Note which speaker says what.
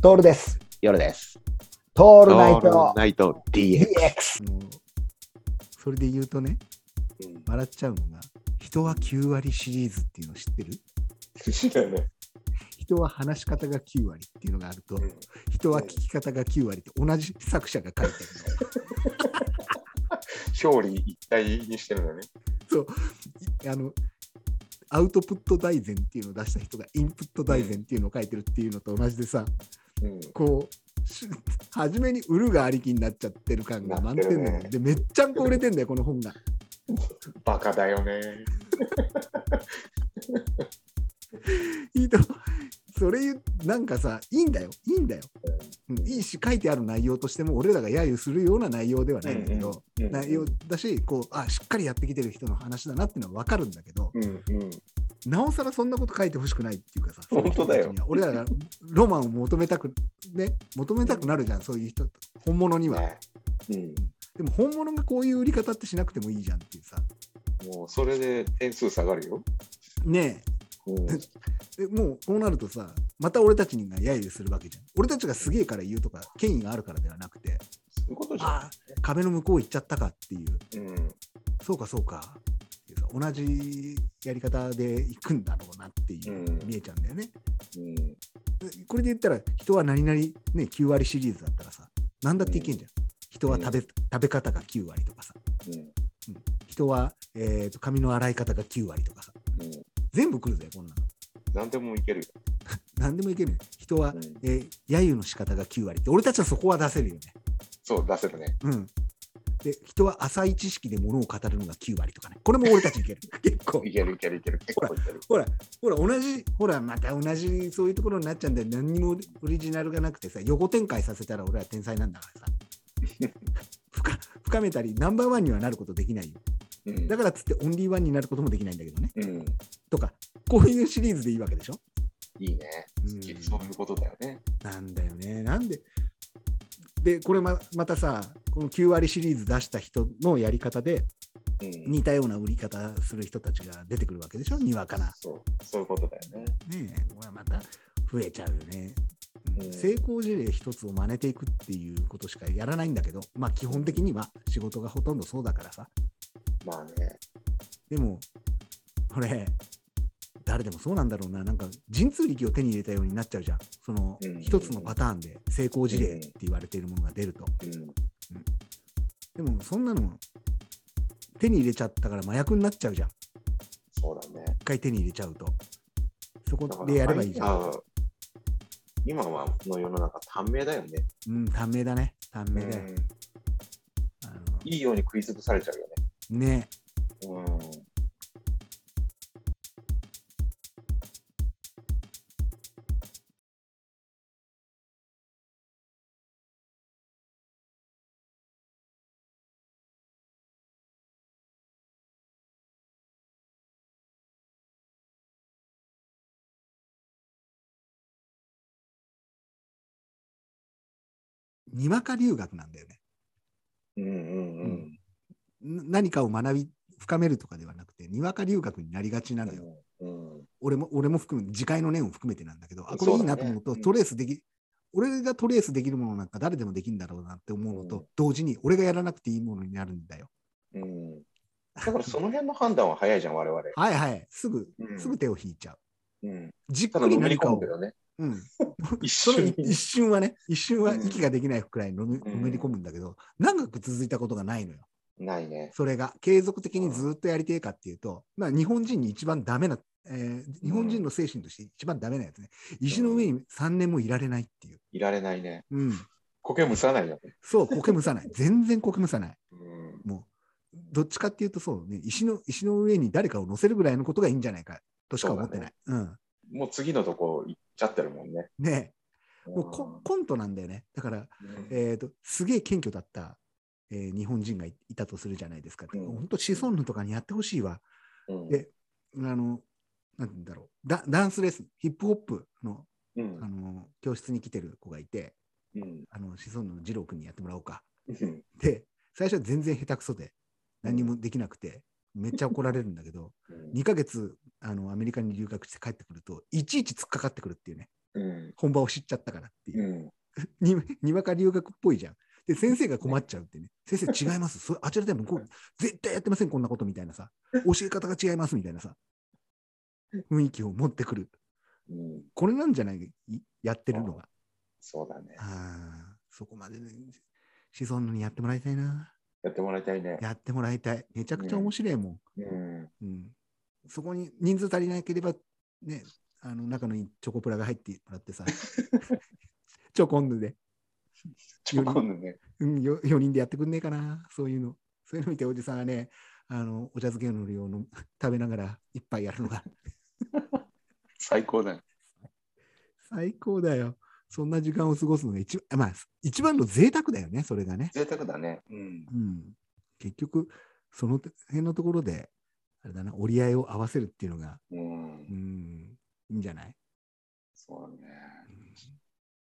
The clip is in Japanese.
Speaker 1: トールです。
Speaker 2: 夜です。
Speaker 1: ト
Speaker 2: オ
Speaker 1: ールナイト
Speaker 2: ナイト DX。
Speaker 1: DX。
Speaker 3: もうそれで言うとね笑っちゃうのが「人は9割」シリーズっていうの知ってる
Speaker 4: 知らない。
Speaker 3: 人は話し方が9割っていうのがあると
Speaker 4: うん
Speaker 3: 人は聞き方が9割って同じ作者が書いてる
Speaker 4: 表裏一体にしてるのね。
Speaker 3: のあのアウトプット大全っていうのを出した人がインプット大全っていうのを書いてるっていうのと同じでさ
Speaker 4: うん。
Speaker 3: こうし初めに売るがありきになっちゃってる感が満点な
Speaker 4: なっ
Speaker 3: の
Speaker 4: てるね
Speaker 3: でめっちゃんこ売れてんだよこの本が。
Speaker 4: バカだよね。
Speaker 3: いいとそれ言うなんかさいいんだよいいんだよ、うんいいし書いてある内容としても俺らが揶揄するような内容ではないんだけど、
Speaker 4: うんうん
Speaker 3: 内容だしこうあしっかりやってきてる人の話だなっていうのは分かるんだけど、
Speaker 4: うんうん。
Speaker 3: なおさらそんなこと書いてほしくないっていうかさ
Speaker 4: 本当だよ
Speaker 3: その人たちには俺らがロマンを求めたくね求めたくなるじゃんそういう人本物には、
Speaker 4: ねうん。
Speaker 3: でも本物がこういう売り方ってしなくてもいいじゃんっていうさ
Speaker 4: もうそれで点数下がるよ。
Speaker 3: ね
Speaker 4: うん。
Speaker 3: えでもうこうなるとさまた俺たちにが揶揄するわけじゃん俺たちがすげえから言うとか権威があるからではなくて
Speaker 4: そういうことじゃん。
Speaker 3: あー壁の向こう行っちゃったかっていう
Speaker 4: うん。
Speaker 3: そうかそうかっていうさ同じやり方で行くんだろうなっていう、
Speaker 4: うん
Speaker 3: 見えちゃうんだよね
Speaker 4: うん。
Speaker 3: でこれで言ったら人は何々ね9割シリーズだったらさ何だっていけんじゃん、人は食べ,、食べ方が9割とかさ
Speaker 4: うん。
Speaker 3: 人は、えーと髪の洗い方が9割とかさ
Speaker 4: うん。
Speaker 3: 全部来るぜこんなの
Speaker 4: 何でもいけるよ。
Speaker 3: 何でもいけるよ人は、
Speaker 4: うん
Speaker 3: えー、揶揄の仕方が9割って俺たちはそこは出せるよね
Speaker 4: そう、出せるね。
Speaker 3: うんで人は浅い知識で物を語るのが9割とかねこれも俺たちいけ る結構
Speaker 4: いけるいけるいける。結構いける。
Speaker 3: ほら、ほら、同じ、ほら、また同じ、そういうところになっちゃうんだよ。何にもオリジナルがなくてさ、横展開させたら俺は天才なんだからさ。 深深めたり、ナンバーワンにはなることできないよ。
Speaker 4: うん。
Speaker 3: だからっつって、オンリーワンになることもできないんだけどね。
Speaker 4: うん。
Speaker 3: とか、こういうシリーズでいいわけでしょ。
Speaker 4: いいね。
Speaker 3: うん
Speaker 4: そういうことだよね。
Speaker 3: なんだよね。なんで。で、これままたさ、この9割シリーズ出した人のやり方で、
Speaker 4: うん。
Speaker 3: 似たような売り方する人たちが出てくるわけでしょ、にわかな。
Speaker 4: そう、そういうことだよね。
Speaker 3: ねえ、これはまた増えちゃうよね。
Speaker 4: うん
Speaker 3: 成功事例一つを真似ていくっていうことしかやらないんだけど、まあ基本的には仕事がほとんどそうだからさ。
Speaker 4: まあね。
Speaker 3: でも、これ、誰でもそうなんだろうな、なんか神通力を手に入れたようになっちゃうじゃん。その
Speaker 4: うん
Speaker 3: 一つのパターンで成功事例って言われているものが出ると。
Speaker 4: うん。
Speaker 3: でもそんなの手に入れちゃったから麻薬になっちゃうじゃん。
Speaker 4: そうだね。
Speaker 3: 一回手に入れちゃうと。そ
Speaker 4: だか
Speaker 3: こ
Speaker 4: ら
Speaker 3: でやればいいじゃん。
Speaker 4: あ今はこの世の中、短命だよね。
Speaker 3: うん、短命だね。短命だよ。
Speaker 4: うん
Speaker 3: あの
Speaker 4: いいように食いつぶされちゃうよね。
Speaker 3: ね
Speaker 4: うん
Speaker 3: にわか留学なんだよね。
Speaker 4: うんうんうん
Speaker 3: な何かを学び深めるとかではなくてにわか留学になりがちなのよ、
Speaker 4: うん
Speaker 3: 俺も俺も含め自戒の念を含めてなんだけどあこ
Speaker 4: そ
Speaker 3: れ
Speaker 4: う
Speaker 3: い
Speaker 4: だ
Speaker 3: いな
Speaker 4: ね
Speaker 3: と思うと
Speaker 4: うん
Speaker 3: トレースでき、俺がトレースできるものなんか誰でもできるんだろうなって思うのと、
Speaker 4: うん
Speaker 3: 同時に俺がやらなくていいものになるんだよ
Speaker 4: うんだからその辺の判断は早いじゃん、我々。
Speaker 3: はいはいすぐ、
Speaker 4: うん
Speaker 3: すぐ手を引いちゃう
Speaker 4: うん、
Speaker 3: じった
Speaker 4: だ
Speaker 3: く
Speaker 4: 飲
Speaker 3: り何
Speaker 4: み込
Speaker 3: か
Speaker 4: む
Speaker 3: を
Speaker 4: け、どね。
Speaker 3: うん、
Speaker 4: 一
Speaker 3: その
Speaker 4: 瞬
Speaker 3: 一瞬はね一瞬は
Speaker 4: うん
Speaker 3: 息ができないくらいのめ
Speaker 4: うん
Speaker 3: のめり込むんだけど、長く続いたことがないのよ
Speaker 4: ないね。
Speaker 3: それが継続的にずっとやりてえかっていうと、まあ、日本人に一番ダメな、えー日本人の精神として一番ダメなやつね。石の上に3年もいられないっていう。
Speaker 4: いられないね。
Speaker 3: うん。
Speaker 4: 苔むさないよね。
Speaker 3: そう、苔むさ ない。全然苔むさない。
Speaker 4: うん
Speaker 3: もう、どっちかっていうとそうね、石の、石の上に誰かを乗せるぐらいのことがいいんじゃないかとしか思ってない。う
Speaker 4: もう次のとこ行っちゃってるもんね。
Speaker 3: ん。ねえもうココントなんだよね。だから、
Speaker 4: うん
Speaker 3: えー、とすげえ謙虚だった、えー日本人がいいたとするじゃないですか。
Speaker 4: うん
Speaker 3: 本当、シソンヌとかにやってほしいわ。
Speaker 4: うん
Speaker 3: であの、なんて言うんだろうダ、ダンスレッスン、ヒップホップの
Speaker 4: うん
Speaker 3: あの教室に来てる子がいて、
Speaker 4: うん
Speaker 3: あの子孫の二郎君にやってもらおうか。
Speaker 4: うん
Speaker 3: で、最初は全然下手くそで、何にもできなくて、めっちゃ怒られるんだけど、2ヶ月あのアメリカに留学して帰ってくると、いちいち突っかかってくるっていうね、
Speaker 4: うん。
Speaker 3: 本場を知っちゃったからっていうう、
Speaker 4: ん。
Speaker 3: ににわか留学っぽいじゃんで先生が困っちゃうってね先生違いますそれあちらでもこう絶対やってませんこんなことみたいなさ教え方が違いますみたいなさ雰囲気を持ってくる
Speaker 4: うん。
Speaker 3: これなんじゃないいやってるのが
Speaker 4: そうだね。
Speaker 3: あーそこまでね子孫のにやってもらいたいな
Speaker 4: やってもらいたいね。
Speaker 3: やってもらいたいめちゃくちゃ面白いもん
Speaker 4: うん。
Speaker 3: うん、そこに人数足りなければ、ね、あの中のにチョコプラが入ってもらって さ、チョコンヌで、
Speaker 4: ちょこんのね。
Speaker 3: うん、よ4人でやってくんねえかな、そういうの。そういうの見て、おじさんはね、あのお茶漬けの量の食べながら一杯やる のが
Speaker 4: 最高だね。
Speaker 3: 最高だよ。そんな時間を過ごすのが一,、まあ、一番の贅沢だよね、それがね。
Speaker 4: 贅沢だね。うん。
Speaker 3: うん、結局、その辺のところで、あれだな、折り合いを合わせるっていうのが、
Speaker 4: うん
Speaker 3: う。ん、いいんじゃない
Speaker 4: そうだね。